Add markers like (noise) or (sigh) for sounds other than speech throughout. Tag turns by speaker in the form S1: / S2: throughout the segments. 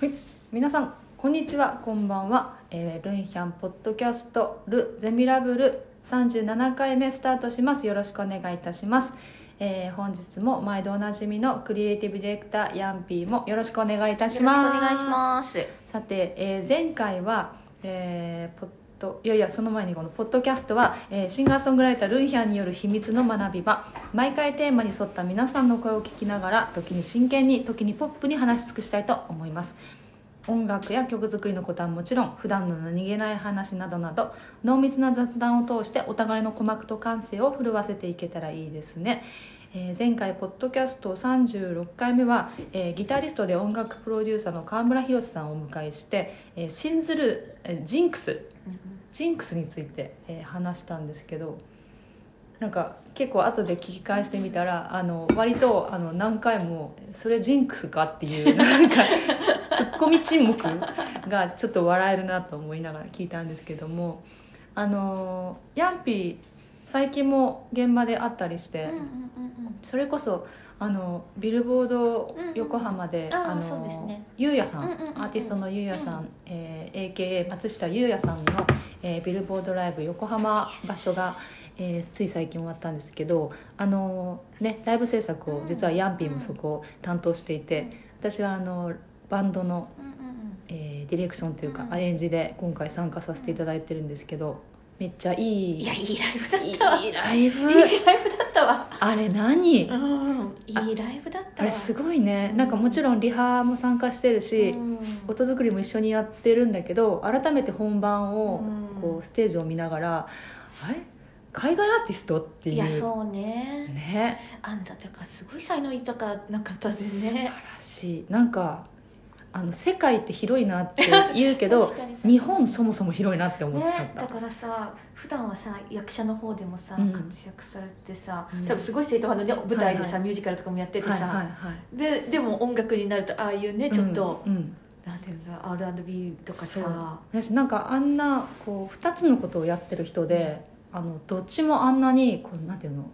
S1: はい、皆さんこんにちはこんばんは、えー、ルンヒャンポッドキャストルゼミラブル37回目スタートしますよろしくお願いいたします、えー、本日も毎度おなじみのクリエイティブディレクターヤンピーもよろしくお願いいたします
S2: よろしくお願いします
S1: さて、えー前回は、えーポッドいやいやその前にこのポッドキャストは、えーシンガーソングライタールンヒャンによる秘密の学び場毎回テーマに沿った皆さんの声を聞きながら時に真剣に時にポップに話し尽くしたいと思います音楽や曲作りのことはもちろん普段の何気ない話などなど濃密な雑談を通してお互いの鼓膜と感性を震わせていけたらいいですね、えー前回ポッドキャスト36回目は、えーギタリストで音楽プロデューサーの川村博さんをお迎えして「えー信ずる、えージンクス」ジンクスについて、えー話したんですけどなんか結構後で聞き返してみたらあの割とあの何回も「それジンクスか?」っていう (laughs) なんかツッコミ沈黙がちょっと笑えるなと思いながら聞いたんですけどもあのヤンピー最近も現場で会ったりして、
S2: うんうんうん
S1: それこそあのビルボード横浜で、
S2: うんうんあー
S1: の
S2: そうですね
S1: ゆうやさん,、
S2: うんうんうんうん
S1: アーティストのゆうやさん、
S2: うん
S1: えー AKA 松下ゆうやさんの、えービルボードライブ横浜場所が、えーつい最近終わったんですけどあのーねライブ制作を実はヤンピーもそこを担当していて、
S2: うん
S1: 私はあのバンドの、
S2: うんうん
S1: えーディレクションというか、
S2: うん
S1: アレンジで今回参加させていただいてるんですけどめっちゃい
S2: うん
S1: い
S2: いやいいライブだったわ
S1: いいライブ
S2: いいライブだったわ
S1: あれ何、
S2: うんいいライブだったわ
S1: あれす
S2: ご
S1: ごいね
S2: うん
S1: なんかもちろんリハも参加してるし、音作りも一緒にやってるんだけど改めて本番を
S2: うん
S1: こうステージを見ながら、あれ海外アーティストっていう
S2: いやそうね
S1: ね
S2: あんたとかすごい才能豊かな方で
S1: 素晴ら
S2: ね
S1: しいなんかあの世界って広いなって言うけど
S2: (laughs) 確かにそう
S1: 日本そもそも広いなって思っちゃっ
S2: ね、
S1: た、
S2: だからさ普段はさ役者の方でもさ、
S1: うん
S2: 活躍されてさ
S1: うん
S2: 多分すごい正統派の、ね、舞台でさ、
S1: はいはい
S2: ミュージカルとかもやっててさ、
S1: はいはいはい
S2: ででも音楽になるとああいうねちょっと、
S1: うんうん
S2: なんていうんだ R&B とか (laughs)
S1: そう
S2: さ
S1: 私なんかあんなこう2つのことをやってる人で、あのどっちもあんなにこうなんていうの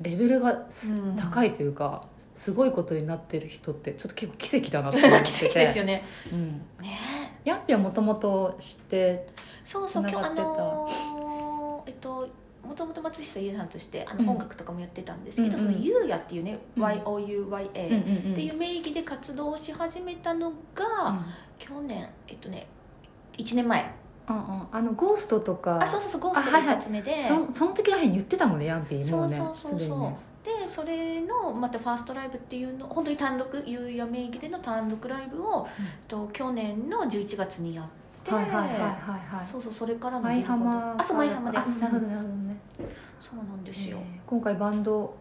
S1: レベルがす
S2: うん
S1: 高いというか、すごいことになってる人ってちょっと結構奇跡だなと思って
S2: (laughs) 奇
S1: て
S2: 跡ですよね
S1: うん、
S2: ねえ
S1: ヤンピはもともと知って
S2: そうそう
S1: つな
S2: 今
S1: が
S2: 日あ
S1: ってた
S2: のーえっともともと松下優さんとしてあ
S1: うん
S2: の音楽とかもやってたんですけど、
S1: うんうん
S2: その優也っていうね、
S1: うん
S2: YOUYA っていう名義で活動をし始めたのが、
S1: あ
S2: 去年えっとね1年前
S1: ああのゴーストとか
S2: あそうそうそうゴースト
S1: あ
S2: の
S1: はいはい
S2: 一発目で、
S1: そその時らへん言ってたもんねヤンピもうね
S2: そうそうそ
S1: す
S2: うそう
S1: でにね
S2: でそれのまたファーストライブっていうの本当に単独ゆうや名義での単独ライブを、と去年の11月にやって、
S1: はいはいはいはいはい
S2: そうそうそれからの
S1: 舞浜
S2: あそう舞浜で
S1: あなるほどなるほどね
S2: そうなんですよ、
S1: えー今回バンド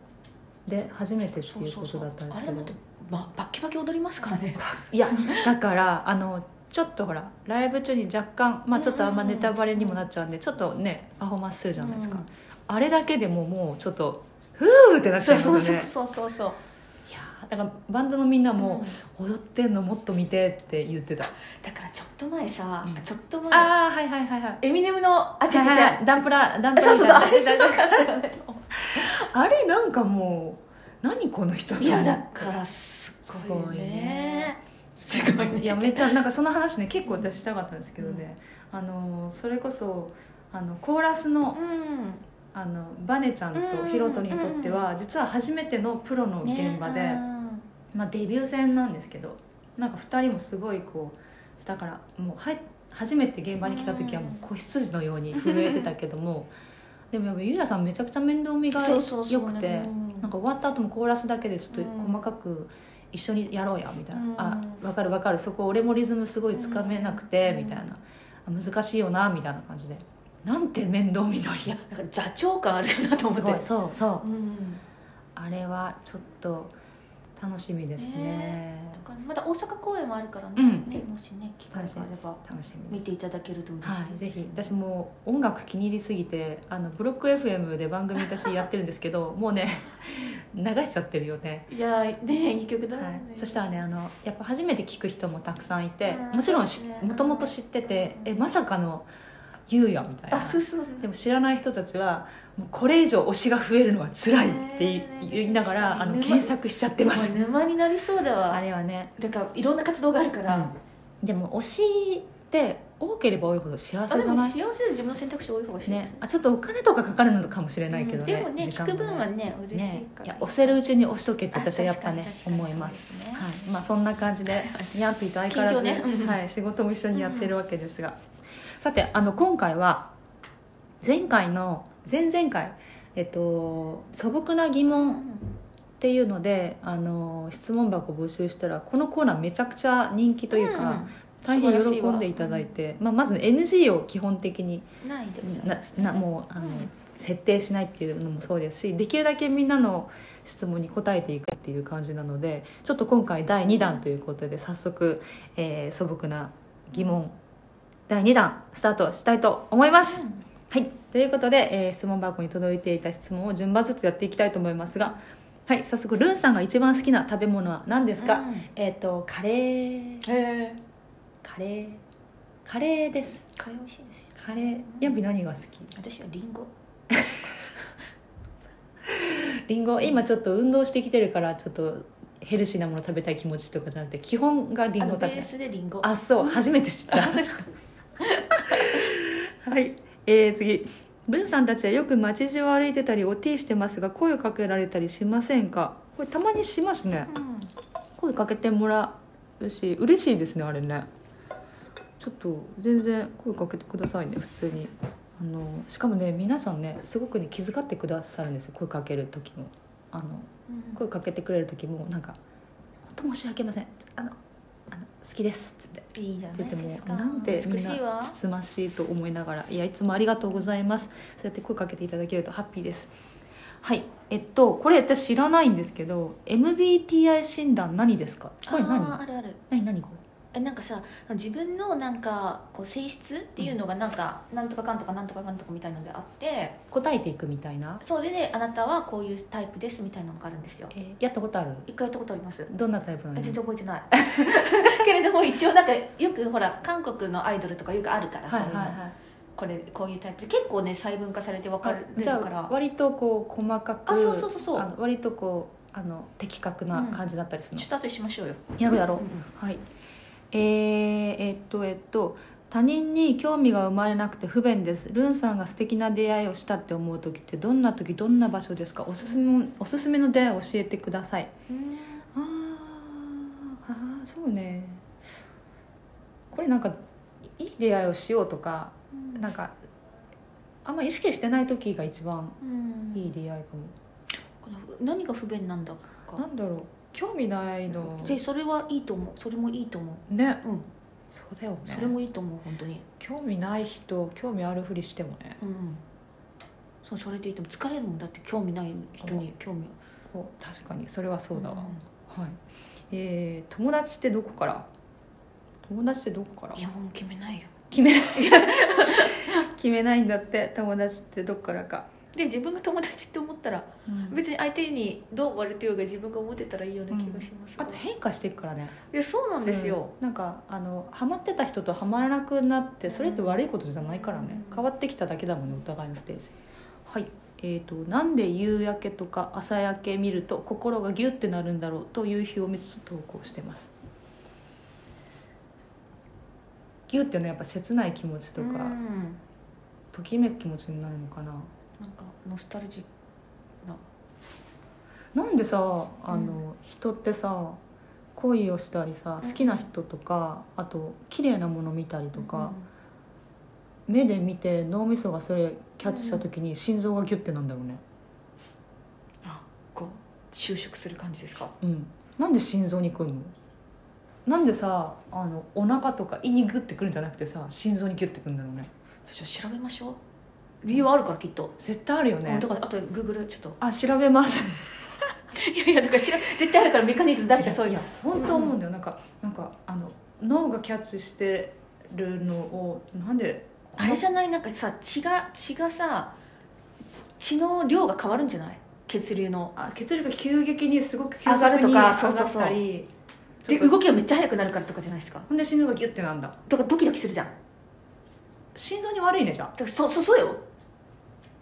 S1: で初めてって
S2: そう
S1: いう
S2: そ
S1: こ
S2: う
S1: と
S2: そう
S1: だったんで
S2: あ
S1: す
S2: れ
S1: け
S2: で
S1: ど
S2: また、ま、バッキバキ踊りますからね
S1: いやだからあのちょっとほらライブ中に若干、まあ、ちょっとあんまネタバレにもなっちゃうんでちょっとねパフォーマンスするじゃないですか、
S2: うん
S1: あれだけでももうちょっと「ふー!」ってなっち
S2: そ
S1: ゃ
S2: う
S1: う
S2: そ
S1: の
S2: う
S1: で、
S2: そう
S1: ね、
S2: そうそうそう
S1: いやーだからバンドのみんなも
S2: うん
S1: 「踊ってんのもっと見て」って言ってた、
S2: だからちょっと前さ、
S1: うん
S2: ちょっと前
S1: ああはいはいはいはい
S2: エミネムのあ違う違う違う、
S1: はいはいダンプラダンプラ
S2: そうそうそうあれ
S1: みたいな
S2: そうか
S1: あれなんかもう何この人と
S2: い
S1: 思って
S2: やだからすごいよねすごいね
S1: いやめっちゃなんかその話ね結構私したかったんですけどね、あのそれこそあのコーラスの
S2: うん
S1: あのバネちゃんとヒロトにとっては、実は初めてのプロの
S2: ね
S1: 現場で、
S2: うん
S1: まあ、デビュー戦なんですけどなんか2人もすごいこうだからもうはい初めて現場に来た時はもう子羊のように震えてたけども、でもやっぱゆうやさんめちゃくちゃ面倒見が
S2: そうそうそう
S1: 良くて
S2: うん
S1: なんか終わった後もコーラスだけでちょっと
S2: うん
S1: 細かく一緒にやろうやみたいな
S2: う
S1: 「
S2: ん
S1: あ分かる分かるそこ俺もリズムすごいつかめなくて」
S2: うん
S1: みたいな「あ難しいよな」みたいな感じでなんて面倒見のい
S2: い
S1: や
S2: やなんか座長感あるなと思
S1: す
S2: って
S1: ごいそうそう
S2: うん
S1: あれはちょっと楽しみですね
S2: ねだからまだ大阪公演もあるからね,、
S1: うん
S2: ねもしね機会があれば
S1: 楽しみです
S2: 見ていただけると嬉しいです、
S1: はい、ぜひ私もう音楽気に入りすぎてあのブロック FM で番組私やってるんですけどもうね (laughs) 流しちゃってるよね、
S2: いやーねいい曲だよ
S1: は
S2: ね、
S1: い、そしたらねあのやっぱ初めて聞く人もたくさんいて
S2: うん
S1: もちろん
S2: そうですね
S1: もともと知っててえまさかの言うやみたいな
S2: あそうそう
S1: でも知らない人たちはもうこれ以上推しが増えるのは辛いって言い言いながらあの検索しちゃってます
S2: もう沼になりそうだわ
S1: あれはね
S2: だからいろんな活動があるから、
S1: うんでも推しって多ければ多いほど幸
S2: あ
S1: せ
S2: で
S1: じゃな
S2: も
S1: い
S2: 幸せで自分の選択肢多い方が幸せ
S1: ね、あちょっとお金とかかかるのかもしれないけどね、
S2: うんでもね
S1: 時
S2: 聞
S1: 間
S2: く
S1: も
S2: 分はね嬉しい
S1: ね
S2: か
S1: い
S2: ら、
S1: や押せるうちに押しとけって私はやっぱ
S2: あ
S1: ね
S2: 確かに確かに
S1: 思います
S2: そうですね
S1: はいまあ、そんな感じでニャンピーと相変わらず、
S2: 近況ねうん
S1: はい、仕事も一緒にやってるわけですが、さてあの今回は前回の前々回、えっと、素朴な疑
S2: う
S1: 問
S2: ん
S1: っていうのであの質問箱募集したらこのコーナーめちゃくちゃ人気というか、大変喜んでいただいて、まあ、まず NG を基本的に
S2: うんないでござい
S1: な
S2: ます
S1: なもうあの、
S2: うん
S1: 設定しないっていうのもそうですしできるだけみんなの質問に答えていくっていう感じなのでちょっと今回第2弾ということで早速、えー素朴な疑問第2弾スタートしたいと思います、
S2: うん
S1: はい、ということで、えー質問箱に届いていた質問を順番ずつやっていきたいと思いますが、はい、早速ルンさんが一番好きな食べ物は何ですか、
S2: うん
S1: えっ、とカレー
S2: へえ
S1: カレーカレーです
S2: カレー美味しいですよ
S1: カレーヤンビ何が好き
S2: 私はリンゴ
S1: リンゴ今ちょっと運動してきてるからちょっとヘルシーなもの食べたい気持ちとかじゃなくて基本がリン
S2: あ
S1: ゴ
S2: の
S1: 食べた
S2: ベー
S1: い
S2: スでリンゴ
S1: あそう初めて知っ
S2: あ
S1: た
S2: そうですか
S1: (laughs) はい、えー、次文さんたちはよく街中を歩いてたりおティーしてますが声をかけられたりしませんかこれたまにしますね
S2: うん
S1: 声かけてもらうし嬉しいですねあれねちょっと全然声かけてくださいね普通にあのしかもね皆さんねすごくね気遣ってくださるんですよ声かける時もあの
S2: うん
S1: 声かけてくれる時もなんか「本当申し訳ありませんあのあの好きです」って言って。
S2: いいじゃ
S1: 出
S2: ない
S1: ても
S2: ですか
S1: なんてみ
S2: 美
S1: ん
S2: しい
S1: な
S2: わ
S1: つつましいと思いながらいやいつもありがとうございますそうやって声かけていただけるとハッピーですはいえっとこれ私知らないんですけど MBTI 診断何ですかこれ
S2: あー
S1: 何
S2: あるある
S1: 何何こ
S2: えなんかさ自分のなんかこう性質っていうのがなんか、なんとかかんとかなんとかかんとかみたいのであって
S1: れ答えていくみたいな、
S2: それであなたはこういうタイプですみたいなのがあるんですよ
S1: えーやったことある
S2: 一回やったことあります
S1: どんなタイプな
S2: あ
S1: の
S2: 全然覚えてない (laughs) けれども一応なんかよくほら韓国のアイドルとかよくあるから、
S1: はいはい
S2: そういうの
S1: はい
S2: これこういうタイプで結構ね細分化されて分かれ
S1: あ
S2: る
S1: じゃ
S2: か
S1: あ
S2: ら
S1: 割とこう細かく
S2: あそうそうそうそう
S1: あの割とこうあの的確な感じだったりする
S2: ち
S1: の
S2: ょっ、と後でしましょうよ
S1: やろうやろう、
S2: んん
S1: はい、えー、えっとえっと他人に興味が生まれなくて不便ですルンさんが素敵な出会いをしたって思う時ってどんな時どんな場所ですかおすすめおすすめの出会いを教えてくださいあーあーそうねこれなんかいいい出会いをしようとか
S2: うん
S1: なんかあんま意識してない時が一番
S2: うん
S1: いい出会いか
S2: この何が不便なんだ
S1: もな
S2: か
S1: んだろう興味ないの
S2: でそれはいいと思うそれもいいと思
S1: ね
S2: ううん
S1: そうだよね
S2: それもいいと思う本当に
S1: 興味ない人興味あるふりしてもね
S2: うんうんそうそれでいいと思う疲れるもんだって興味ない人に興味
S1: お確かにそれはそうだわ、
S2: ん
S1: はいえー友達ってどこから友達ってどこから
S2: いやもう決めないよ
S1: 決めない (laughs) 決めないんだって友達ってどこからか、
S2: で自分が友達って思ったら別に相手にどう思われてようが自分が思ってたらいいような気がします、
S1: あと変化していくからね
S2: いやそうなんですよ、
S1: うんなんかあのハマってた人とハマらなくなってそれって悪いことじゃないからね、
S2: うん
S1: 変わってきただけだもんねお互いのステージはいえー、となんで夕焼けとか朝焼け見ると心がギュッてなるんだろうという日を見つつ投稿してますギュッていうのはやっぱ切ない気持ちとか、
S2: うんなん
S1: ときめく気持ちになるのかな
S2: かノスタルジッ
S1: なんでさあの、
S2: うん
S1: 人ってさ恋をしたりさ
S2: うん
S1: 好きな人とか、あと綺麗なもの見たり
S2: ク
S1: とか、、目で見て脳みそがそれキャッチした時に心臓がギュッてなんだろうね
S2: うんあこう就職する感じですか
S1: うんなんで心臓に来るのなんでさあのお腹とか胃にグッてくるんじゃなくてさ心臓にギュッてくるんだろうね
S2: じゃあ調べましょう理由はあるからきっと、
S1: 絶対あるよ
S2: う
S1: ね
S2: んだからあとグーグルちょっと (laughs)
S1: あ調べます
S2: いやいやだから知ら絶対あるからメカニズム誰かそういう
S1: や
S2: の
S1: 本当思うんだよ、なんかなんかあの脳がキャッチしてるのをなんで
S2: あれじゃないなんかさ血が血がさ血の量が変わるんじゃない血流の
S1: あ血流が急激にすごく急
S2: 上がると
S1: に
S2: か
S1: 上が
S2: そ
S1: っ
S2: うそ
S1: た
S2: うそう
S1: り
S2: で
S1: ちょっと
S2: 動きがめっちゃ速くなるからとかじゃないですか
S1: ほんで心臓がギュッてなんだ
S2: だからドキドキするじゃんだ
S1: 心臓に悪いねじゃ
S2: からそそうそうよ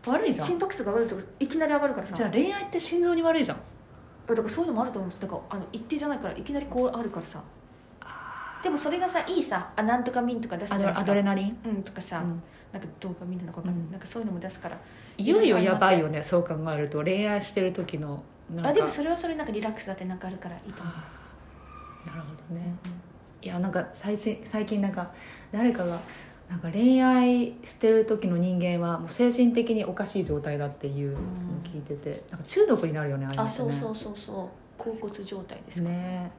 S1: あ悪いじゃん
S2: 心拍数が上がるといきなり上がるからさ
S1: じゃあ恋愛って心臓に悪いじゃん
S2: だからそういうのもあると思うんですだからあの一定じゃないからいきなりこうあるからさでもそれがさいいさあなんとかミンとか出すじゃ
S1: ア
S2: な
S1: ド
S2: いです
S1: ア
S2: か
S1: ドレナリン、
S2: うんとかさ、
S1: うん
S2: なんかドーパミンなのか分かんない、
S1: うん
S2: なんかそういうのも出すから
S1: いよいよやばいよねそう考えると恋愛してる時のなんか
S2: あでもそれはそれなんかリラックスだってなんかあるからいいと思う、
S1: はあなるほどねいやなんか最近最近なんか誰かがなんか恋愛してる時の人間はもう精神的におかしい状態だっていうのを聞いてて、なんか中毒になるよねあれ
S2: あ
S1: って
S2: そ
S1: ね
S2: うそうそうそう甲骨状態ですか、
S1: ね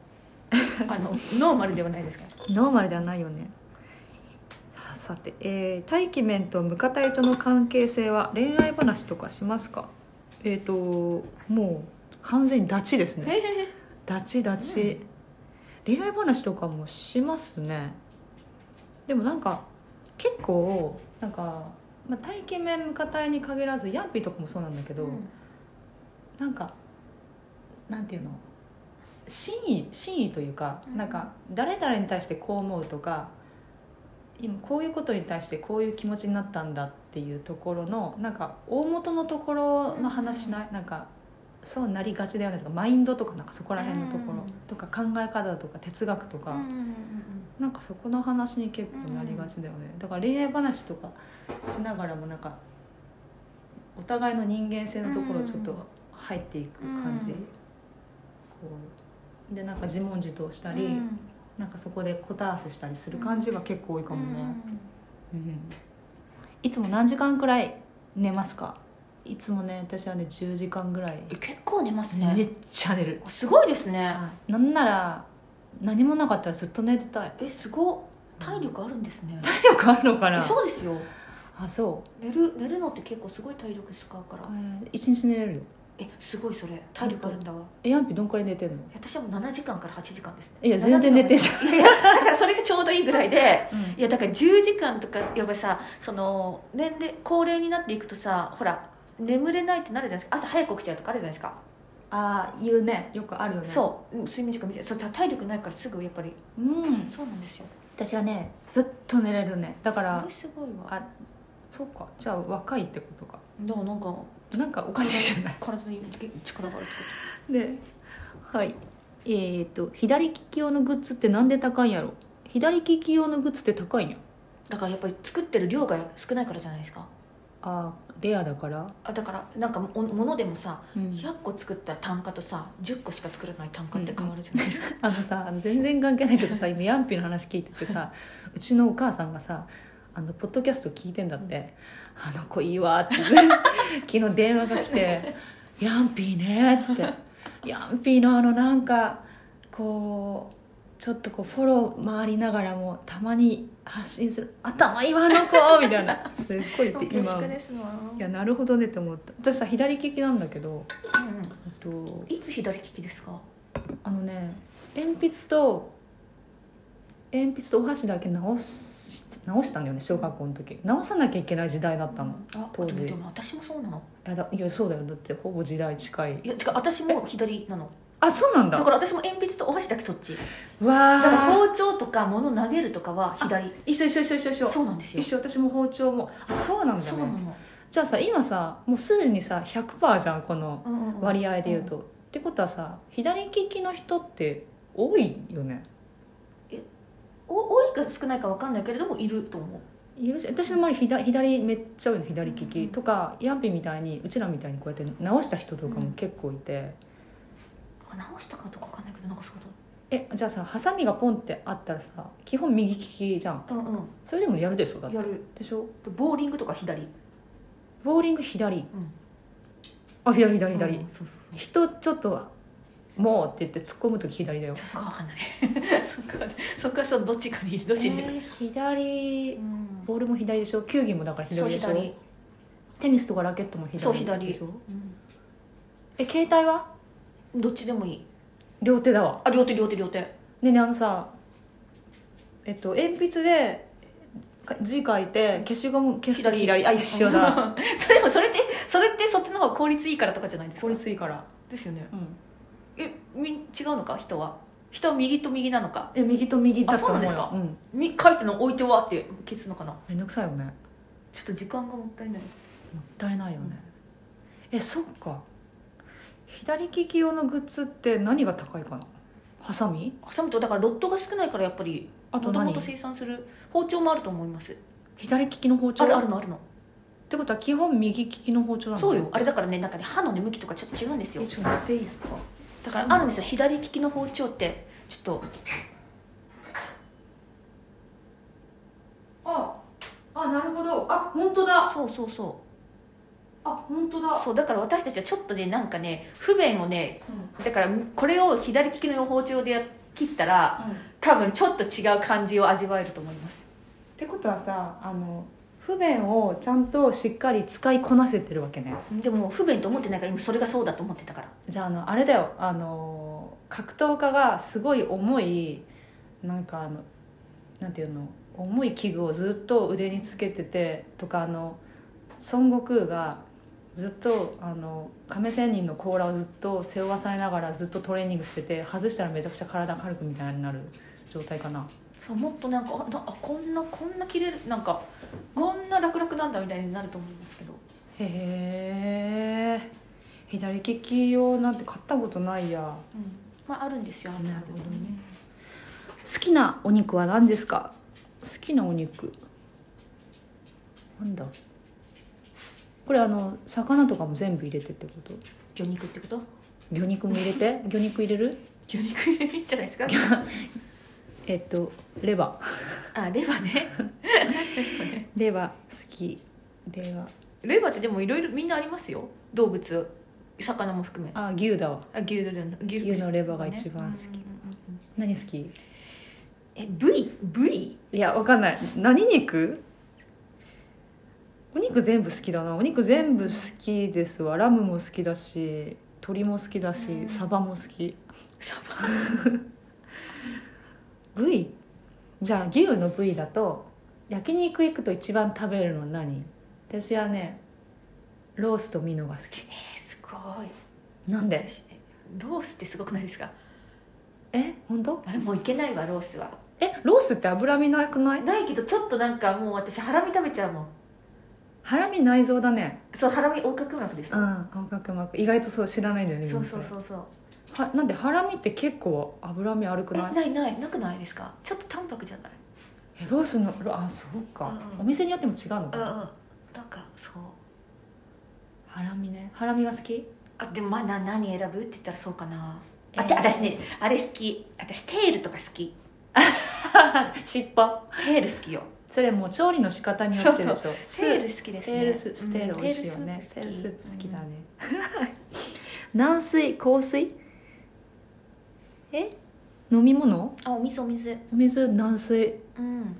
S2: あのノーマルではないですから
S1: ノーマルではないよねささて、えー、大気面とムカタイとの関係性は恋愛話とかしますかえっ、ともう完全にダチですねダチダチ、恋愛話とかもしますねでもなんか結構なんか、まあ、大気面ムカタイに限らずヤンピーとかもそうなんだけど、
S2: うん
S1: なんかなんていうの真意真意というか、
S2: うん
S1: なんか誰々に対してこう思うとか今こういうことに対してこういう気持ちになったんだっていうところのなんか大元のところの話しない、なんかそうなりがちだよねとかマインドとかなんかそこら辺のところ、
S2: うん
S1: とか考え方とか哲学とか、
S2: うんうんうん
S1: なんかそこの話に結構なりがちだよね、だから恋愛話とかしながらもなんかお互いの人間性のところをちょっと入っていく感じ、
S2: うん
S1: こうでなんか自問自答した
S2: うん
S1: り、
S2: うん
S1: なんかそこで答え合わせしたりする感じが結構多いかもね、うんいつも何時間くらい寝ますかいつもね私はね10時間ぐらい
S2: え結構寝ます
S1: め
S2: ね
S1: っちゃ寝る、
S2: すごいですね
S1: なんなら何もなかったらずっと寝てたい (laughs)
S2: えすごい体力あるんですね
S1: 体力あるのか
S2: え
S1: な
S2: そうですよ
S1: あそう
S2: 寝る寝るのって結構すごい体力使うから
S1: えー一日寝れるよ
S2: えすごいそれ体力あるんだわ
S1: えヤンピどんくらい寝てんの
S2: 私はもう7時間から8時間ですね
S1: いや全然寝てんじ
S2: ゃんいやだからそれがちょうどいいぐらいで
S1: うん
S2: いやだから10時間とかやっぱりさその年齢高齢になっていくとさほら眠れないってなるじゃないですか朝早く起きちゃうとかあるじゃないですか、
S1: ああ言うねよくあるよね
S2: そううん睡眠時間短いそう体力ないからすぐやっぱり
S1: ううん
S2: そうなんですよ
S1: 私はねずっと寝れるねだから
S2: これすごいわ
S1: あそうかじゃあ若いってことか
S2: でもなんか
S1: なんかおかしいじ (laughs) ゃない
S2: 体に力があるってこ
S1: ねはいえー、っと左利き用のグッズってなんで高いんやろ左利き用のグッズって高いんや
S2: とだからやっぱり作ってる量が少ないからじゃないですか
S1: あーレアだから、
S2: あだからなんかも物でもさ
S1: うん
S2: 100個作った単価とさ10個しか作らない単価って変わるじゃないですか、
S1: (laughs) あのさあの全然関係ないけどさ今ヤンピの話聞いててさうちのお母さんがさあのポッドキャスト聞いてんだって「あの子いいわ」って (laughs) 昨日電話が来て「ヤンピーね」っつって「ヤンピーのあのなんかこうちょっとこうフォロー回りながらもたまに発信する「頭いいわあの子」みたいなすっごい言って今い
S2: すわ
S1: やなるほどねって思った私さ左利きなんだけど、えっと、
S2: いつ左利きですか
S1: あのね鉛筆と鉛筆とお箸だけ直し直したんだよね小学校の時直さなきゃいけない時代だったの、い
S2: あ
S1: 当時
S2: でもでも私もそうなの
S1: やだいやそうだよだってほぼ時代近い
S2: いや違う私も左なの
S1: あそうなんだ
S2: だから私も鉛筆とお箸だけそっち
S1: うわ
S2: だ
S1: ー
S2: から包丁とか物投げるとかは左
S1: 一緒一緒一緒一緒一緒
S2: そうなんですよ
S1: 一緒私も包丁もあそうなんだ
S2: そうな
S1: ね
S2: の、
S1: じゃあさ今さもうすでにさ100%じゃんこの
S2: うんうんうん
S1: 割合で言うと、ってことはさ左利きの人って多いよね
S2: お多いか少ないか分かんないけれどもいると思う
S1: 許し私の周り左左めっちゃ多いの左利きとか、ヤンピみたいにうちらみたいにこうやって直した人とかも結構いて、
S2: 直したかとか分かんないけどなんかそうだ
S1: えじゃあさハサミがポンってあったらさ基本右利きじゃん
S2: うん
S1: それでもやるでしょだっ
S2: うん
S1: て
S2: やる
S1: でしょ
S2: でボーリングとか左うん
S1: ボーリング左あ左左左、
S2: うんそうそうそう
S1: 人ちょっと「もう」って言って突っ込む時左だよ
S2: そこは分かんない (laughs) そこはそこはそのどっちかにどっちに、
S1: えー左
S2: うん
S1: ボールも左でしょ球技もだから
S2: そう
S1: 左でしょ
S2: 左、うん
S1: テニスとかラケットも左
S2: そう左
S1: でしょえ携帯は
S2: どっちでもいい
S1: 両手だわ
S2: あ両手両手両手
S1: でねあのさえっと鉛筆でか字書いて消しゴム消
S2: (laughs)
S1: す時左あ一緒 (laughs) だ
S2: それでもそれってそれってそっちの方が効率いいからとかじゃないですか
S1: 効率いいから、
S2: ですよね
S1: うん、
S2: えみ違うのか人は人は右と右なのか
S1: え右と右だと思うよ
S2: あそうなんですか
S1: うん、
S2: み書いての置いてはって消すのかな
S1: めんどくさいよねもっ
S2: ちょっと時間がもったいない
S1: たいないよね、えそっか左利き用のグッズって何が高いかなハサミ
S2: ハサミとだからロットが少ないからやっぱり
S1: あと
S2: もとも
S1: 何
S2: と生産する包丁もあると思います
S1: 左利きの包丁
S2: あるあるのあるの
S1: ってことは基本右利きの包丁なの
S2: そうよあれだからねなんかね歯のね向きとかちょっと違うんです
S1: え
S2: よ
S1: ちょっとやっていいですか
S2: だからあるんですよ左利きの包丁ってちょっと
S1: ああなるほどあ本当だ
S2: そうそうそ
S1: あ本当
S2: う
S1: だ
S2: そうだから私たちはちょっとねなんかね不便をねだからこれを左利きの包丁で切ったら多分ちょっと違う感じを味わえると思います
S1: ってことはさあの不便をちゃんとしっかり使いこなせてるわけね
S2: でも不便と思ってないから今それがそうだと思ってたから
S1: じゃああのあれだよあの格闘家がすごい重いなんかあのなんていうの重い器具をずっと腕につけててとかあの孫悟空がずっとあの亀仙人の甲羅をずっと背負わされながらずっとトレーニングしてて外したらめちゃくちゃ体軽くみたいになる状態かな
S2: そうもっとなんかあなあこんなこんな切れるなんかこんな楽々なんだみたいになると思いますけど
S1: へえ左利き用なんて買ったことないや
S2: うんまああるんですよあるあ
S1: な
S2: る
S1: るほどね好きなお肉は何ですか好きなお肉なんだこれあの魚とかも全部入れてってこと
S2: 魚肉ってこと
S1: 魚肉も入れ (laughs) て魚肉入れる
S2: 魚肉入れていいんじゃないですか
S1: えっとレバー
S2: (laughs) あレバーね (laughs)
S1: レバー好きレバー
S2: レバーってでもいろいろみんなありますよ動物魚も含め
S1: あ牛だわ
S2: あ牛の牛
S1: 牛のレバーが一番好き
S2: うんうんうんうん
S1: 何好き
S2: えブリブリ
S1: いやわかんない何肉お肉全部好きだなお肉全部好きですわラムも好きだし鶏も好きだ
S2: う
S1: し
S2: ん
S1: サバも好き
S2: サバ
S1: 部位じゃあ牛の部位だと焼肉行くと一番食べるの何私はねロースとミノが好き
S2: えーすごい
S1: なんで
S2: 私えロースってすごくないですか
S1: え本当
S2: あれもういけないわロースは
S1: えロースって脂身なくない
S2: ないけどちょっとなんかもう私ハラミ食べちゃうもん
S1: ハラミ内臓だね
S2: そうハラミ横隔膜でし
S1: う
S2: ょ、
S1: ん青角膜意外とそう知らないんだよね
S2: そうそう
S1: う
S2: そうそう
S1: はなんでハラミって結構脂身悪く
S2: え
S1: ない
S2: ないないなくないですかちょっと淡白じゃない
S1: えロースのロあそうか、
S2: うんうん
S1: お店によっても違うの
S2: う
S1: か
S2: んうん
S1: な
S2: なんかそう
S1: ハラミねハラミが好き
S2: あでもまあな何選ぶって言ったらそうかなあ、
S1: え
S2: て
S1: ー
S2: 私ねあれ好き私テールとか好き
S1: (laughs) 尻尾
S2: テール好きよ
S1: それもう調理の仕方によってでしょス
S2: テール好きですね
S1: テールスステール美味しいよね、
S2: うん
S1: テールスープ好きだね
S2: う
S1: (laughs)
S2: ん、
S1: 軟水硬水え飲み物
S2: あお水お水
S1: お水軟水
S2: うん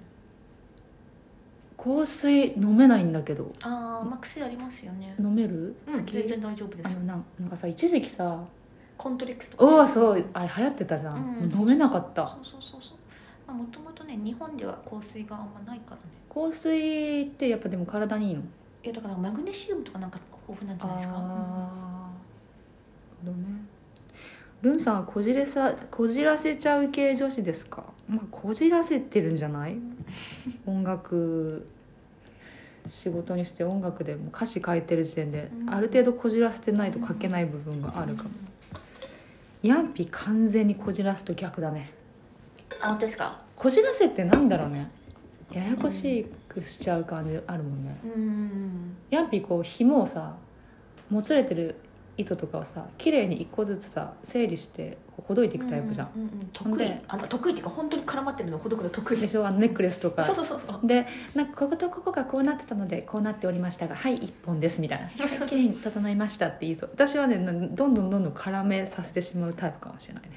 S1: 硬水飲めないんだけど
S2: あーまあ癖ありますよね
S1: 飲める
S2: う
S1: 好
S2: ん
S1: き、
S2: 全然大丈夫で
S1: あ
S2: す
S1: のなんなんかさ一時期さ
S2: コントレックスとか
S1: おおそうあれ流行ってたじゃん、
S2: うん
S1: 飲めなかった
S2: そうそうそうそうまあもともとね日本では香水があんまないからね
S1: 硬水ってやっぱでも体にいいの
S2: いやだからマグネシウムとかなんか豊富なんじゃないですか
S1: あーなるほどねルンさんはこじれさこじらせちゃう系女子ですかまあこじらせてるんじゃない音楽仕事にして音楽でも歌詞書いてる時点で、
S2: うん
S1: ある程度こじらせてないと書けない部分があるかも、ヤンピ完全にこじらすと逆だね
S2: あ本当ですか
S1: こじらせってなんだろうねややこしくしちゃう感じあるもんね、
S2: うーん
S1: ヤンピーこう紐をさもつれてる糸とかをさ綺麗に一個ずつさ整理してこうほどいていくタイプじゃん、
S2: うううん
S1: ほん
S2: 得意
S1: で
S2: あの得意っていうか本当に絡まってるのほどくの得意
S1: で
S2: です
S1: しょあのネックレスとか
S2: そうそうそうそう
S1: でなんかこことここがこうなってたのでこうなっておりましたがはい一本ですみたいな
S2: そうそうそう
S1: 綺麗に整いましたって言いそう私はねなどんどんどんどん絡めさせてしまうタイプかもしれないね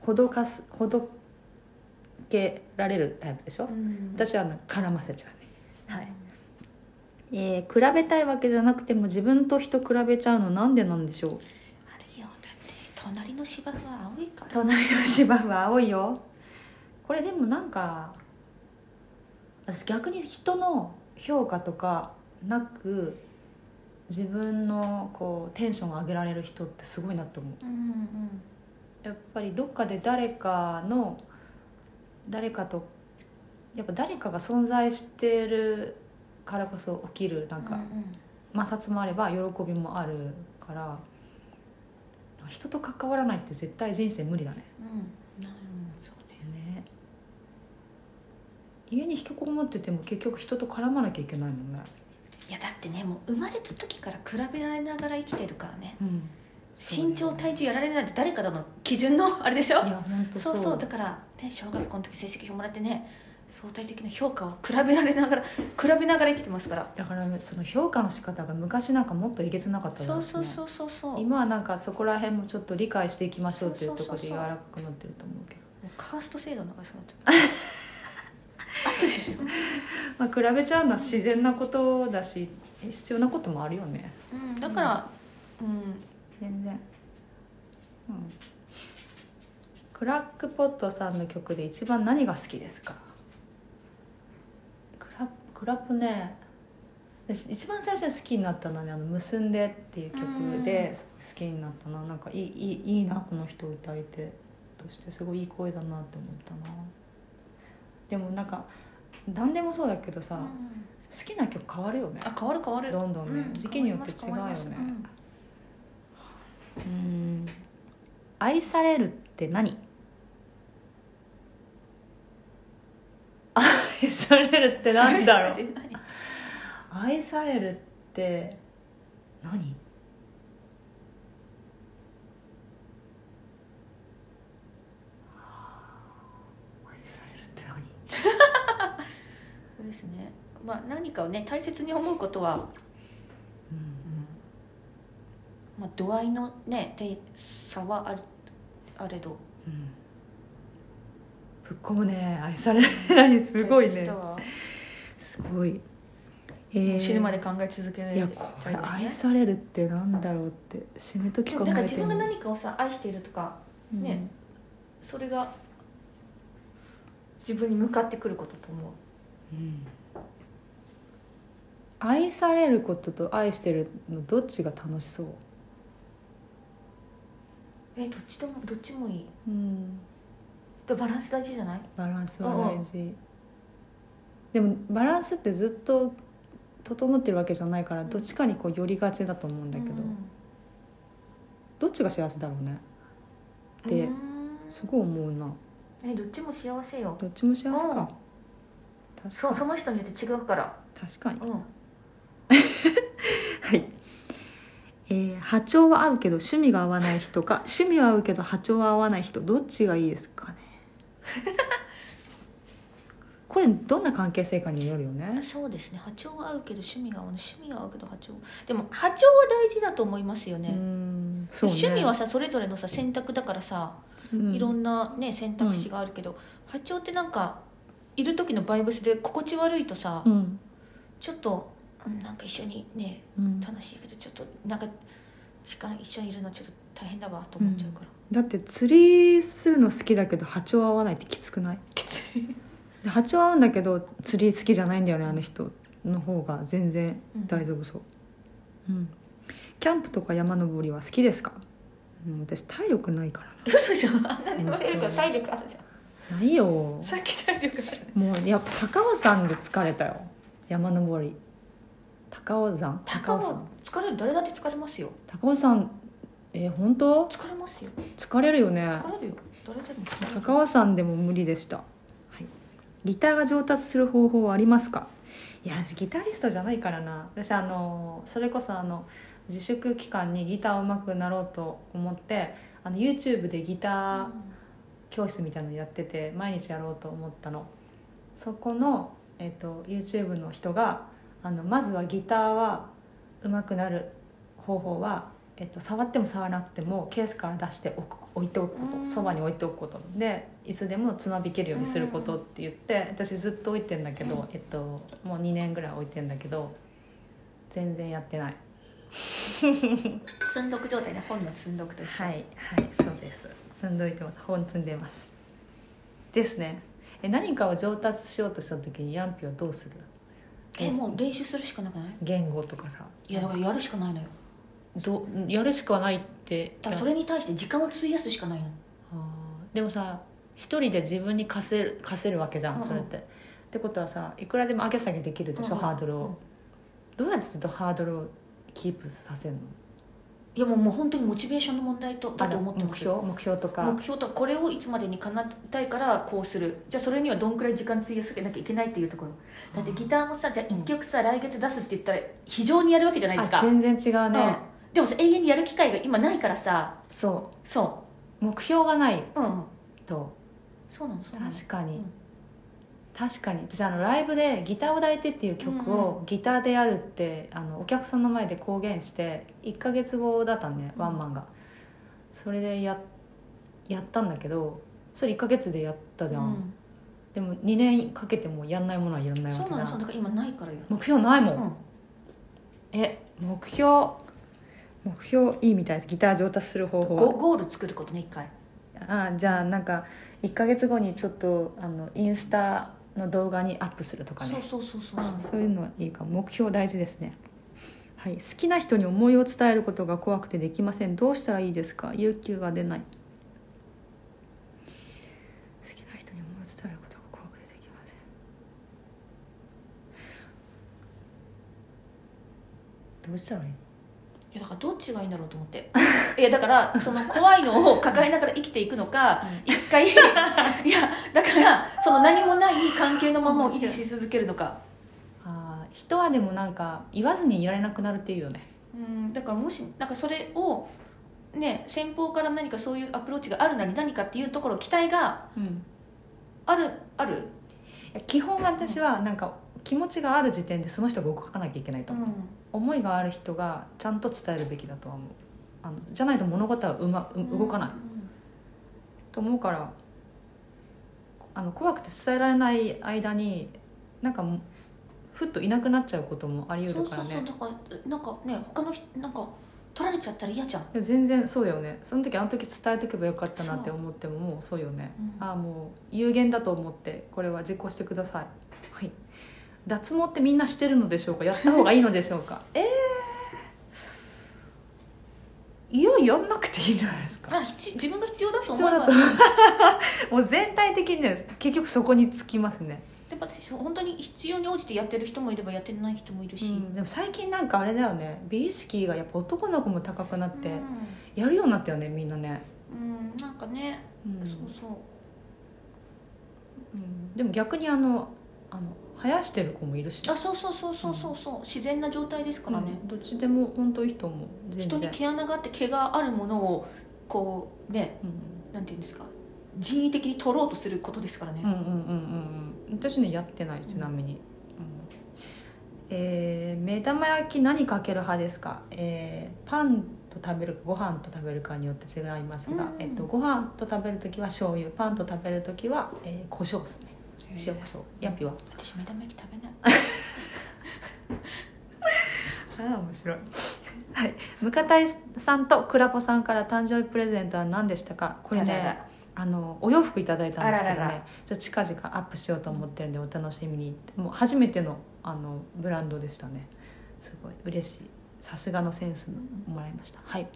S1: ほどかすほどけられるタイプでしょ、私はなんか絡ませちゃうねはいえー比べたいわけじゃなくても自分と人比べちゃうのなんでなんでしょう
S2: あれよだって隣の芝生は青いから
S1: 隣の芝生は青いよこれでもなんか私逆に人の評価とかなく自分のこうテンションを上げられる人ってすごいなって思う
S2: うんうん
S1: やっぱりどっかで誰かの誰かとやっぱ誰かが存在してるからこそ起きるなんか
S2: うんうん
S1: 摩擦もあれば喜びもあるから人と関わらないって絶対人生無理だね
S2: そうね
S1: ね家に引きこもってても結局人と絡まなきゃいけないもんね、
S2: いやだってねもう生まれた時から比べられながら生きてるからね
S1: うん、
S2: 身長体重やられるなんて誰かとの基準のあれでしょ
S1: いや本当
S2: そ
S1: そうう
S2: そうだから、ね、小学校の時成績表もらってね相対的な評価を比べられながら比べながら生きてますから
S1: だからその評価の仕方が昔なんかもっといけつなかっただ
S2: そ
S1: ろ
S2: う
S1: しね
S2: そうそうそうそう
S1: 今はなんかそこら辺もちょっと理解していきましょうっていうところで
S2: そうそうそう
S1: 柔らかくなってると思うけど
S2: もうカースト制度の中にそうなっちゃうあとでしょ
S1: まあ比べちゃうのは自然なことだし必要なこともあるよね
S2: うん、だから、うん
S1: 全然うんクラックポットさんの曲で一番何が好きですかクラクラップね私一番最初に好きになったのはね「あの結んで」っていう曲ですごい好きになったななんかいいいいいいなこの人を歌い手としてすごいいい声だなって思ったなでもなんか何でもそうだけどさ、
S2: う
S1: 好き
S2: ん
S1: な曲変わるよね
S2: あ変わる変わる
S1: どんどんね
S2: う
S1: 時期によって違うよね
S2: 変わります変わります
S1: うん愛されるって何愛されるって
S2: うん
S1: 何だろう
S2: 何
S1: 愛されるって何愛されるって何
S2: そうですねまあ何かをね大切に思うことは、まあ、度合いのねで差はあるあれど
S1: うんうんぶっ込むね愛されるって何すごい
S2: 大切
S1: ね
S2: だわ
S1: すごい、えー
S2: 死ぬまで考え続けない
S1: いや
S2: み
S1: こ
S2: た
S1: れ
S2: いですね
S1: 愛されるってなんだろうって死ぬ時
S2: で
S1: 考
S2: も
S1: えて
S2: だから
S1: る
S2: 自分が何かをさ愛しているとか
S1: うん
S2: ねそれが自分に向かってくることと思
S1: う
S2: う
S1: ん愛されることと愛してるのどっちが楽しそう、
S2: えどっちともどっちもいい
S1: うん、
S2: でバランス大事じゃない
S1: バランスは大事でもバランスってずっと整ってるわけじゃないからどっちかにこう寄りがちだと思うんだけど、
S2: うん
S1: どっちが幸せだろうねで
S2: うーん
S1: すごい思うな
S2: えどっちも幸せよ
S1: どっちも幸せ
S2: うん
S1: か確
S2: そう
S1: か
S2: その人によって違うから
S1: 確かに
S2: うん
S1: はい、えー波長は合うけど趣味が合わない人か趣味は合うけど波長は合わない人どっちがいいです
S2: (laughs)
S1: かねこれどんな関係性かによるよね
S2: そうですね波長は合うけど趣味が合わない趣味は合うけど波長でも波長は大事だと思いますよね
S1: うーんそうね
S2: 趣味は、さそれぞれのさ選択だからさ、
S1: うん
S2: いろんな、ね、選択肢があるけど、波長ってなんかいる時のバイブスで心地悪いとさ、
S1: うん
S2: ちょっとうんなんか一緒にね
S1: うん、
S2: 楽しいけどちょっとなんか時間一緒にいるのちょっと大変だわと思っちゃうから、
S1: だって釣りするの好きだけど波長合わないってきつくない
S2: きつい、
S1: で波長合うんだけど釣り好きじゃないんだよねあの人の方が全然大丈夫そう、うん、キャンプとか山登りは好きですか、うん、私体力ないから
S2: 嘘じゃんあんなに言われるから体力あるじゃ
S1: なないよ
S2: んさっき体力ある
S1: もうやっぱ高尾山で疲れたよ山登り高尾山
S2: 高
S1: 尾
S2: 尾
S1: 山
S2: 疲れる誰だって疲れますよ
S1: 高尾山えー本当
S2: 疲れますよ
S1: 疲れるよね
S2: 疲れるよ誰でも疲れる
S1: 高尾山でも無理でした、はい、ギターが上達する方法はありますかいやギタリストじゃないからな私あのそれこそあの自粛期間にギターうまくなろうと思ってあの YouTube でギター、教室みたいなのやってて毎日やろうと思ったのそこの、えっと YouTube の人があのまずはギターは上手くなる方法は、えっと触っても触らなくてもケースから出しておく置いておくこ
S2: う
S1: と
S2: ん
S1: そばに置いておくことでいつでもつまびけるようにすることって言って私ずっと置いてんだけど、えっと、もう2年ぐらい置いてんだけど全然やってない
S2: うん積んどく状態ね本の積んどくと一緒、
S1: はいはいそうです積んどいてます本積んでますですねえ何かを上達しようとした時にヤンピはどうする
S2: えもう練習するしかなくない
S1: 言語とかさ
S2: いやだからやるしかないのよ
S1: どやるしかないって
S2: だからそれに対して時間を費やすしかないの
S1: あーでもさ一人で自分に課せる課せるわけじゃん、
S2: うんうん
S1: それってってことはさいくらでも上げ下げできるでしょ、
S2: うんうん
S1: ハードルを、
S2: うん
S1: どうやってずっとハードルをキープさせるの
S2: いやもうもう本当にモチベーションの問題とだと思ってま
S1: 目
S2: す
S1: 標目標とか
S2: 目標とこれをいつまでに叶えたいからこうするじゃあそれにはどんくらい時間費やさなきゃいけないっていうところだってギターもさじゃあ1曲さ来月出すって言ったら非常にやるわけじゃないですか、
S1: あ全然違うね、
S2: うんでもさ永遠にやる機会が今ないからさ
S1: そ
S2: そう
S1: 目標がないう
S2: うん
S1: と
S2: そうなのそうなの
S1: 確かに、
S2: うん
S1: 確かに私あのライブで「ギターを抱いて」っていう曲
S2: うん
S1: をギターでやるってあのお客さんの前で公言して1ヶ月後だったんね
S2: うん
S1: ワンマンが、それでややったんだけどそれ1ヶ月でやったじゃん、でも2年かけてもやんないものはやんな
S2: う
S1: んいわ
S2: そう
S1: け
S2: なの
S1: だ
S2: そうだから今ないからよ、
S1: 目標ないも、
S2: うんん、
S1: え目標目標いいみたいですギター上達する方法
S2: ゴゴール作ることね一回
S1: あじゃあなんか1ヶ月後にちょっとあのインスタの動画にアップするとかね
S2: そうそうそうそう
S1: あそういうのはいいかも目標大事ですね、はい、好きな人に思いを伝えることが怖くてできませんどうしたらいいですか勇気が出ない好きな人に思いを伝えることが怖くてできませんどうしたらいい
S2: いやだからどっちがいいんだろうと思って (laughs) いやだからその怖いのを抱えながら生きていくのか一回いやだからその何もない関係のままを維持し続けるのか
S1: ああ人はでもなんか言わずにいられなくなるっていうよね
S2: うんだからもしなんかそれをね先方から何かそういうアプローチがあるなり何かっていうところ期待が
S1: うん
S2: あるある、
S1: 基本私はなんか気持ちがある時点でその人が動かなきゃいけないと思う、思いがある人がちゃんと伝えるべきだとは思うあのじゃないと物事はう、ま、う動かない、と思うからあの怖くて伝えられない間になんかもうふっといなくなっちゃうこともあり
S2: そ
S1: 得る
S2: う
S1: か
S2: そ
S1: ら
S2: う
S1: ね
S2: そうだからなんかね他の人なんか取られちゃったら嫌じゃん、
S1: いや全然そうだよねその時あの時伝えとけばよかったなって思ってももうそうよね、
S2: うん
S1: ああもう有限だと思ってこれは実行してくださいはい脱毛ってみんなしてるのでしょうかやった方がいいのでしょう
S2: (laughs)
S1: かえー、いややんなくていいんじゃないですか
S2: あ必自分が必要だと
S1: 必
S2: 思
S1: 要
S2: えば
S1: だともう全体的にね結局そこにつきますね、
S2: でも私本当に必要に応じてやってる人もいればやってない人もいるし、
S1: でも最近なんかあれだよね美意識がやっぱ男の子も高くなって、
S2: う
S1: やるようになったよねみんなね、
S2: ん、うんなんかね、
S1: うん
S2: そうそう
S1: うんでも逆にあのあの生やしてる子もいるしね
S2: あそうそうそうそうそうそう自然な状態ですからね
S1: う、んどっちでも本当いいと思う全
S2: 人
S1: 然
S2: に毛穴があって毛があるものをこうね
S1: うん
S2: なんていうんですか人為的に取ろうとすることですからね、
S1: うんうんうんうん私ねやってないちなみに、うんえー目玉焼き何かける派ですか、えーパンと食べるかご飯と食べるかによって違いますが、
S2: うん
S1: えっと、ご飯と食べる時は醤油パンと食べる時は、えー、胡椒ですね塩胡椒やっぴは
S2: 私目玉焼き食べない
S1: あ (laughs) あ面白いはい向田さんと倉ポさんから誕生日プレゼントは何でしたかこれね
S2: あらら
S1: あのお洋服いただいたんですけどね
S2: あららら
S1: ちょっと近々アップしようと思ってるんでお楽しみにもう初めてのあのブランドでしたねすごい嬉しいさすがのセンスもらいましたはい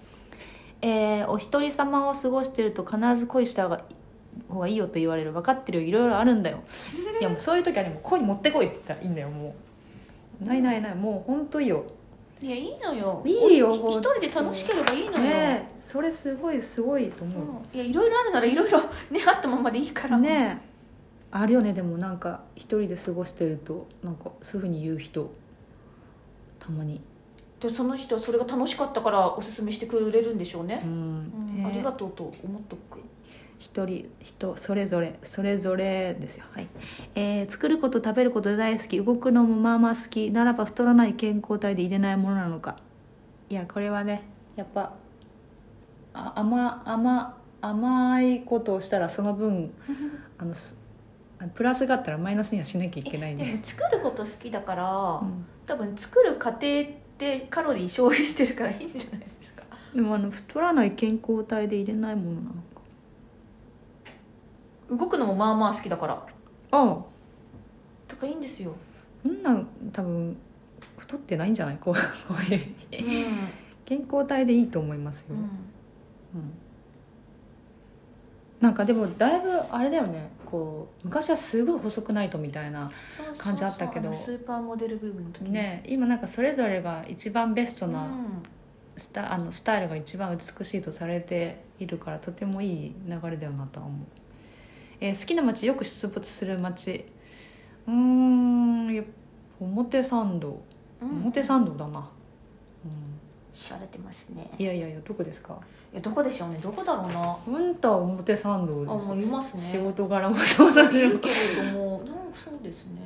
S1: えーお一人様を過ごしてると必ず恋した方がいいよと言われる分かってるよいろいろあるんだ
S2: (laughs)
S1: よいやもうそういう時はねもう恋持ってこいって言ったらいいんだよもうないないないもう本当いいよ
S2: いやいいのよ
S1: いいよ
S2: 一人で楽しければいいのよ、
S1: ねえそれすごいすごいと
S2: う
S1: 思
S2: んいやいろいろあるならいろいろねあったままでいいか
S1: う
S2: ら
S1: ねえあるよねでもなんか一人で過ごしてるとなんかそういうふうに言う人たまに
S2: でその人はそれが楽しかったからおすすめしてくれるんでしょうね
S1: う、ん、
S2: うん
S1: ね
S2: ありがとうと思っとく
S1: 一人人それぞれそれぞれですよはい、えー作ること食べること大好き動くのもまあまあ好きならば太らない健康体で入れないものなのかいやこれはねやっぱあ甘甘甘いことをしたらその分あのすあのプラスがあったらマイナスにはしなきゃいけない
S2: (laughs) で
S1: ね、
S2: も作ること好きだから、
S1: うん
S2: 多分作る過程ってカロリー消費してるからいいんじゃないですか
S1: でもあの太らない健康体で入れないものなのか
S2: 動くのもまあまあ好きだから
S1: ああ
S2: とかいいんですよ、
S1: そんなん多分太ってないんじゃないこう (laughs) こういう
S2: うん
S1: 健康体でいいと思いますよ、うんなんかでもだいぶあれだよねこう昔はすごい細くないとみたいな
S2: そうそうそう
S1: 感じあったけど
S2: のスーパーモデルブームの時
S1: ね今なんかそれぞれが一番ベスト
S2: うん
S1: なスタあのスタイルが一番美しいとされているからとてもいい流れだよなとは思う、えー好きな街よく出没する街うーんやっぱ表参道表参道だな、うん、
S2: しゃれてますね
S1: いやいやいやどこですか
S2: いやどこでしょうねどこだろうな
S1: うんとは表参道です
S2: あもういますね
S1: 仕事柄も (laughs) そうだ
S2: い
S1: け
S2: る
S1: ど
S2: けれどもなんかそうですね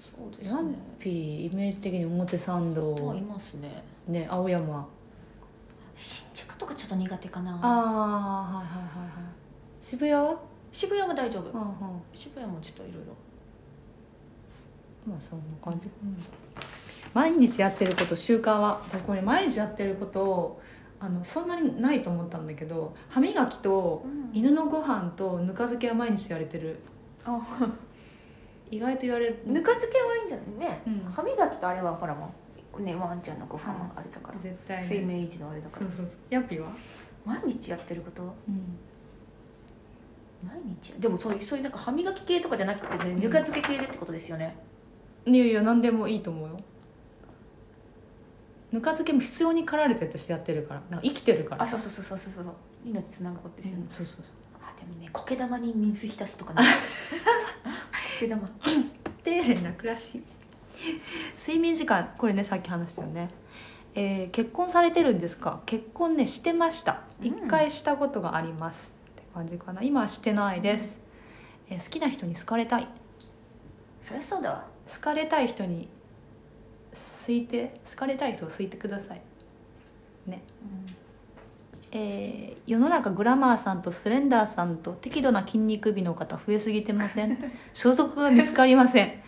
S2: そうです
S1: ヤン
S2: ね
S1: ピーイメージ的に表参
S2: まあい
S1: 道
S2: ますね
S1: ね青山
S2: 新宿とかちょっと苦手か
S1: あ
S2: な
S1: あはいはいはいはい渋谷は
S2: 渋谷は大丈
S1: うんう
S2: 夫
S1: ん
S2: 渋谷もちょっといろいろ
S1: まあそんな感じ、うん毎日やってること習慣は私これ毎日やってることをあのそんなにないと思ったんだけど歯磨きと犬のご飯とぬか漬けは毎日言われてる
S2: あ
S1: 意外と言われる
S2: ぬか漬けはいいんじゃないね、
S1: うん
S2: 歯磨きとあれはほらもうねワンちゃんのご飯はあれだから、
S1: 絶対
S2: 睡
S1: ね
S2: 眠維持のあれだか
S1: そ
S2: ら
S1: うそうそうヤンピーは、
S2: 毎日やってること
S1: うん
S2: 毎日でもそういうそういうなんか歯磨き系とかじゃなくてね、
S1: ん
S2: ぬか漬け系でってことですよね
S1: いやいや何でもいいと思うよぬか漬けも必要に駆られて私やってるからなんか生きてるから
S2: あそうそうそうそうそうそう命つなぐことですよね、
S1: そうそうそう
S2: あでもね苔玉に水浸すとかね
S1: (laughs)
S2: 苔玉
S1: 丁寧な暮らし睡眠時間これねさっき話したよね、えー結婚されてるんですか結婚ねしてました
S2: うん
S1: 一回したことがあります、って感じかな今はしてないです、えー好きな人に好かれたい
S2: そりゃそうだわ
S1: 好かれたい人に好いて好かれたい人を好いてくださいえー世の中グラマーさんとスレンダーさんと適度な筋肉美の方増えすぎてません (laughs) 所属が見つかりません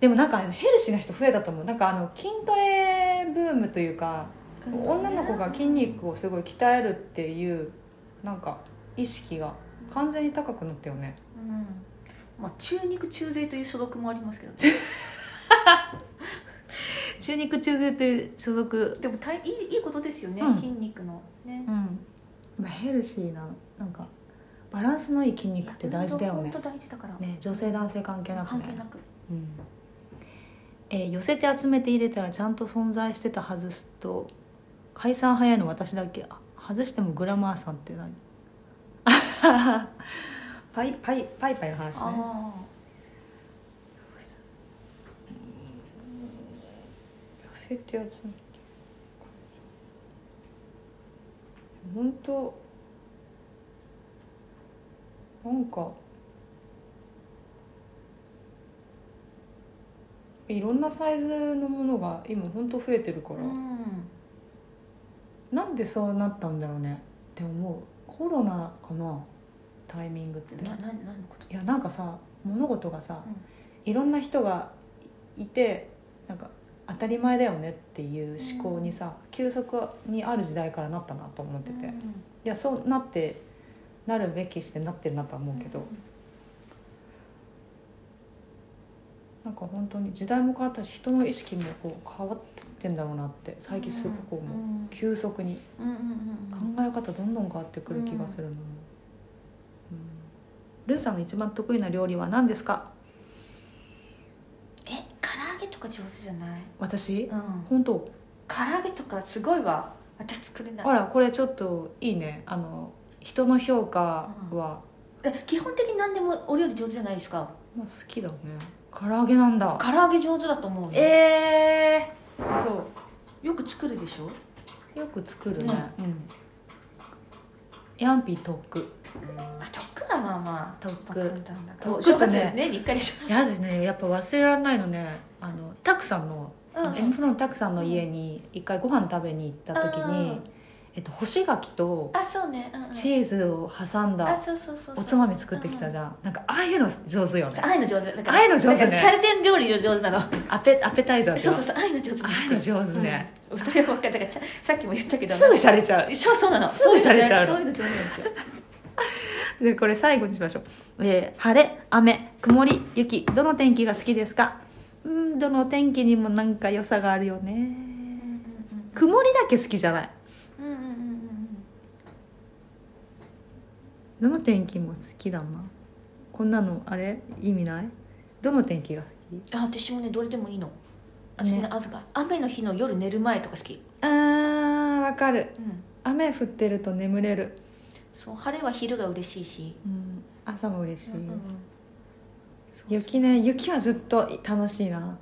S1: でもなんかヘルシーな人増えたと思うなんかあの筋トレブームというか女の子が筋肉をすごい鍛えるっていうなんか意識が完全に高くなったよね
S2: うんまあ中肉中背という所属もあり
S1: (laughs)
S2: ますけどね
S1: 中肉中背という所属
S2: でもたいいいいいことですよね、
S1: うん
S2: 筋肉のね
S1: うん、まあ、ヘルシーななんかバランスのいい筋肉って大事だよね
S2: 本当大事だから、
S1: ね女性男性関係なくね
S2: 関係なく
S1: うんえー寄せて集めて入れたらちゃんと存在してた外すと解散早いの私だけあ外してもグラマーさんって何 (laughs) パイパイパイパイの話ね
S2: あ
S1: 寄せて集めて本当なんかいろんなサイズのものが今本当増えてるか
S2: あ
S1: ら、
S2: うん
S1: なんでそうなったんだろうねって思うコロナかなタイミングって
S2: ないな何のこと
S1: やなんかさ物事がさ、
S2: うん
S1: いろんな人がいてなんか当たり前だよねっていう思考にさ、急速にある時代からなったなと思ってて、
S2: う
S1: い
S2: ん
S1: やそうなってなるべきしてなってるなとは思うけど、なんか本当に時代も変わったし人の意識もこう変わってってんだろうなって最近すごく思う、
S2: うん
S1: 急速に。
S2: うんうん
S1: 考
S2: うん
S1: え方どんどん変わってくる気がするな、うんルーさんの一番得意な料理は何ですか
S2: え唐揚げとか上手じゃない
S1: 私
S2: うん
S1: 本当
S2: 唐揚げとかすごいわ私作れない
S1: あらこれちょっといいねあの人の評価は、
S2: え基本的に何でもお料理上手じゃないですか
S1: まあ、好きだね唐揚げなんだ
S2: 唐揚げ上手だと思うよ
S1: え
S2: そうよく作るでしょ
S1: ー、よく作るねうん、ヤンピー特
S2: あ得だまあまあ
S1: 得
S2: バカみたいな
S1: 得
S2: お正月
S1: だね
S2: 年に一回でし
S1: やですねやっぱ忘れられないのねあのタクさんの
S2: ょうん
S1: エンプロのタクさんの家に一回ご飯食べに行った時に、えっと、干し柿と
S2: あそうねうんうん
S1: チーズを挟ん
S2: あ
S1: だ
S2: そうそうそうそう
S1: おつまみ作ってきたじゃんなんかああいうの上手よね
S2: ああいうの上手なんか
S1: ああいうの上手ね
S2: なんかシャレてん料理の上手なの
S1: アペアペタイザー
S2: そうそう
S1: う
S2: そうああいうの上手
S1: あ
S2: な
S1: あいうの上手ね、
S2: うんそれは分かるだからちゃさっきも言ったけど
S1: すぐしゃれちゃう
S2: そうそうなの
S1: すぐしゃれちゃうの
S2: そういうの上手なんですよ
S1: でこれ最後にしましょう、えー晴れ雨曇り雪どの天気が好きですかうんどの天気にもなんか良さがあるよね曇りだけ好きじゃない
S2: うんうんうんうん
S1: どの天気も好きだなこんなのあれ意味ないどの天気が好き
S2: あ私もねどれでもいいの私ね
S1: ね
S2: あとか雨の日の夜寝る前とか好き、
S1: あーわかる雨降ってると眠れる、
S2: そう晴れは昼が嬉しいし、
S1: うん、朝も嬉しい、
S2: うんうんそう
S1: 雪ね雪はずっと楽しいな
S2: うん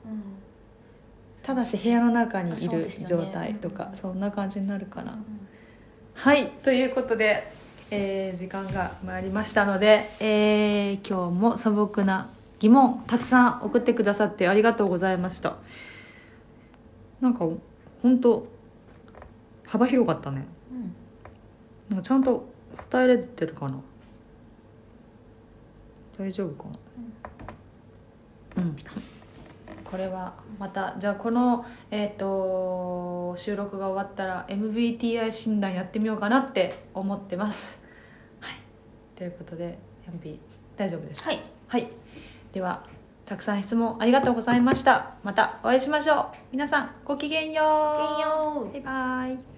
S1: ただし部屋の中に
S2: あ
S1: い
S2: そう
S1: る
S2: ですよ
S1: 状
S2: ね
S1: 態とか、
S2: うん
S1: そんな感じになるか
S2: う
S1: ら、
S2: ん
S1: はいということで、えー時間が参りましたので、えー今日も素朴な疑問たくさん送ってくださってありがとうございましたなんか本当幅広かったね
S2: うん
S1: なんかちゃんと答えれてるかな大丈夫かなうん、これはまたじゃあこの、えー、と収録が終わったら MBTI 診断やってみようかなって思ってますはいということで MB 大丈夫です
S2: はい
S1: はいではたくさん質問ありがとうございましたまたお会いしましょう皆さんごきげんよう
S2: ごきげんよう
S1: バイバイ